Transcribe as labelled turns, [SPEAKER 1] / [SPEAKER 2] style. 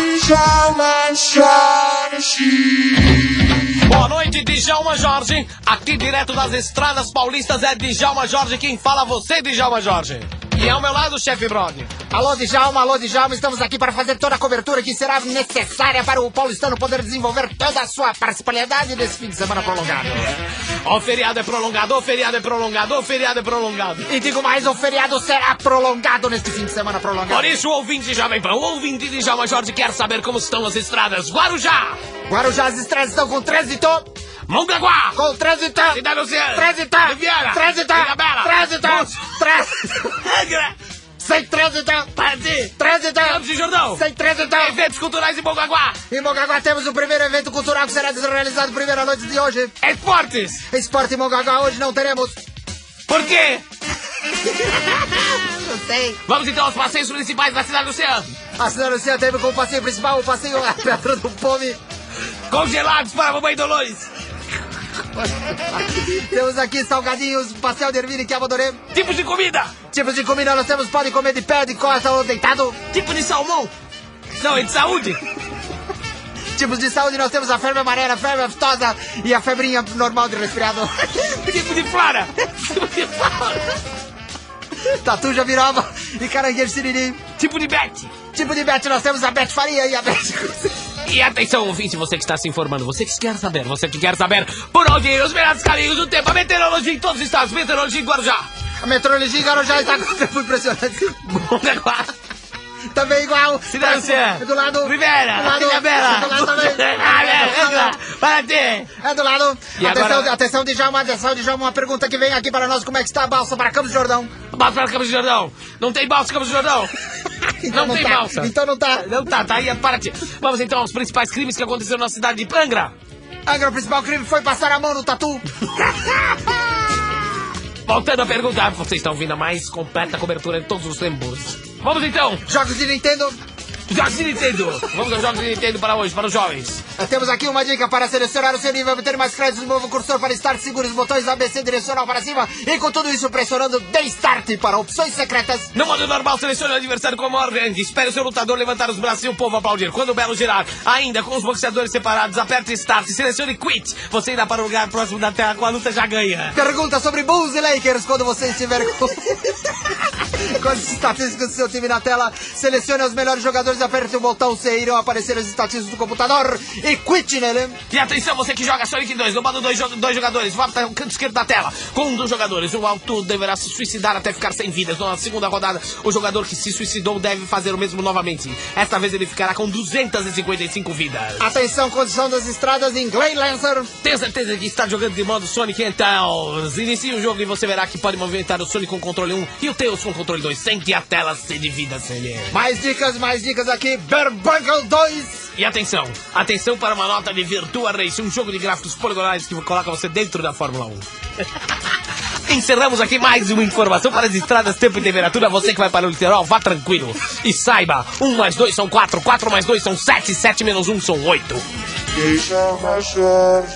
[SPEAKER 1] Djalma Jorge.
[SPEAKER 2] Boa noite, Djalma Jorge. Aqui direto das estradas paulistas é Djalma Jorge quem fala a você, Djalma Jorge. E é ao meu lado, chefe Brog.
[SPEAKER 3] Alô, Djalma, alô, Djalma, estamos aqui para fazer toda a cobertura que será necessária para o paulistano poder desenvolver toda a sua parcialidade nesse fim de semana prolongado.
[SPEAKER 2] Ó, o feriado é prolongado, o feriado é prolongado, o feriado é prolongado.
[SPEAKER 3] E digo mais, o feriado será prolongado neste fim de semana prolongado.
[SPEAKER 2] Por isso, o ouvinte Jovem Pan, o ouvinte Djalma Jorge quer saber como estão as estradas. Guarujá!
[SPEAKER 3] Guarujá, as estradas estão com trânsito,
[SPEAKER 2] Mongaguá!
[SPEAKER 3] com trânsito,
[SPEAKER 2] Cidade Oceana!
[SPEAKER 3] trânsito,
[SPEAKER 2] Riviera!
[SPEAKER 3] trânsito,
[SPEAKER 2] Ilhabela!
[SPEAKER 3] trânsito, trânsito,
[SPEAKER 2] Angra!
[SPEAKER 3] sem trânsito,
[SPEAKER 2] Pati!
[SPEAKER 3] trânsito,
[SPEAKER 2] Campos de Jordão!
[SPEAKER 3] sem trânsito.
[SPEAKER 2] Eventos culturais em Mongaguá!
[SPEAKER 3] Em Mongaguá temos o primeiro evento cultural que será realizado primeira noite de hoje.
[SPEAKER 2] Esportes!
[SPEAKER 3] Esporte em Mongaguá hoje não teremos.
[SPEAKER 2] Por quê?
[SPEAKER 3] Não sei.
[SPEAKER 2] Vamos então aos passeios municipais da cidade do oceano.
[SPEAKER 3] A cidade Luciana teve como passeio principal o passeio a Pedra do Pome.
[SPEAKER 2] Congelados para a mamãe Dolores.
[SPEAKER 3] Temos aqui salgadinhos, pastel de ervilha que eu adorei.
[SPEAKER 2] Tipos Tipo de comida.
[SPEAKER 3] Tipos de comida nós temos, pode comer de pé, de costa ou deitado.
[SPEAKER 2] Tipo de salmão. Não, é de saúde.
[SPEAKER 3] Tipos de saúde nós temos a febre amarela, a febre aftosa e a febrinha normal de resfriado.
[SPEAKER 2] tipo de flora. Tipo de flora.
[SPEAKER 3] Tatu já virava e caranguejo siriri.
[SPEAKER 2] Tipo de bete.
[SPEAKER 3] Tipo de Bete nós temos a Bete Faria e a Bete...
[SPEAKER 2] E atenção, ouvinte, você que está se informando, você que quer saber, você que quer saber por onde ir os melhores caminhos do tempo, a meteorologia em todos os estados, meteorologia em Guarujá.
[SPEAKER 3] A metrologia em Guarujá está com tempo impressionante.
[SPEAKER 2] Mongaguá.
[SPEAKER 3] Também igual.
[SPEAKER 2] Cidade do Oceano.
[SPEAKER 3] É do lado.
[SPEAKER 2] Rivera. Ah,
[SPEAKER 3] Do lado. é
[SPEAKER 2] Ilhabela.
[SPEAKER 3] Do lado também.
[SPEAKER 2] Angra. Paraty.
[SPEAKER 3] É do lado.
[SPEAKER 2] E
[SPEAKER 3] atenção,
[SPEAKER 2] agora-
[SPEAKER 3] atenção, Djalma, atenção, Djalma. Uma pergunta que vem aqui para nós: como é que está a balsa para Campos do Jordão?
[SPEAKER 2] Balsa para Campos de Jordão. Não tem balsa Campos de Jordão. Não tem
[SPEAKER 3] tá.
[SPEAKER 2] balsa.
[SPEAKER 3] Então não tá.
[SPEAKER 2] Não tá, tá aí a parte. Vamos então aos principais crimes que aconteceram na cidade de Angra.
[SPEAKER 3] Angra, o principal crime foi passar a mão no tatu.
[SPEAKER 2] Voltando a perguntar, vocês estão vindo a mais completa cobertura de todos os tempos. Vamos então,
[SPEAKER 3] Jogos de Nintendo.
[SPEAKER 2] jogos de Nintendo. Vamos aos jogos de Nintendo para hoje, para os jovens.
[SPEAKER 3] Temos aqui uma dica para selecionar o seu nível, obter mais créditos no novo cursor para estar seguro os botões ABC direcional para cima e com tudo isso pressionando de start para opções secretas.
[SPEAKER 2] No modo normal, selecione o adversário como ordem. Espere o seu lutador levantar os braços e o povo aplaudir. Quando o belo girar, ainda com os boxeadores separados, aperte Start, selecione Quit. Você irá para o lugar próximo da terra com a luta já ganha.
[SPEAKER 3] Pergunta sobre Bulls e Lakers quando você estiver com... com as estatísticas do seu time na tela. Selecione os melhores jogadores, aperte o botão C, irão aparecer as estatísticas do computador e quit nele.
[SPEAKER 2] E atenção, você que joga Sonic 2, no modo dois, jo- dois jogadores, vá para o canto esquerdo da tela. Com um dos jogadores, o autor deverá se suicidar até ficar sem vidas. Na segunda rodada, o jogador que se suicidou deve fazer o mesmo novamente. Esta vez ele ficará com 255 vidas. Ah,
[SPEAKER 3] Atenção, condição das estradas em Glen Lancer.
[SPEAKER 2] Tenho certeza que está jogando de modo Sonic então. Inicie o jogo e você verá que pode movimentar o Sonic com controle 1 e o Tails com controle 2, sem que a tela se divida sem ele.
[SPEAKER 3] Mais dicas, mais dicas aqui. Burbunkle 2.
[SPEAKER 2] E atenção, atenção para uma nota de Virtua Race, um jogo de gráficos poligonais que coloca você dentro da Fórmula 1. Encerramos aqui mais uma informação para as estradas, tempo e temperatura. Você que vai para o litoral, vá tranquilo. E saiba, 1 mais um 2 são 4, 4 mais 2 são 7, 7 menos 1 são 8.
[SPEAKER 1] Djalma Jorge.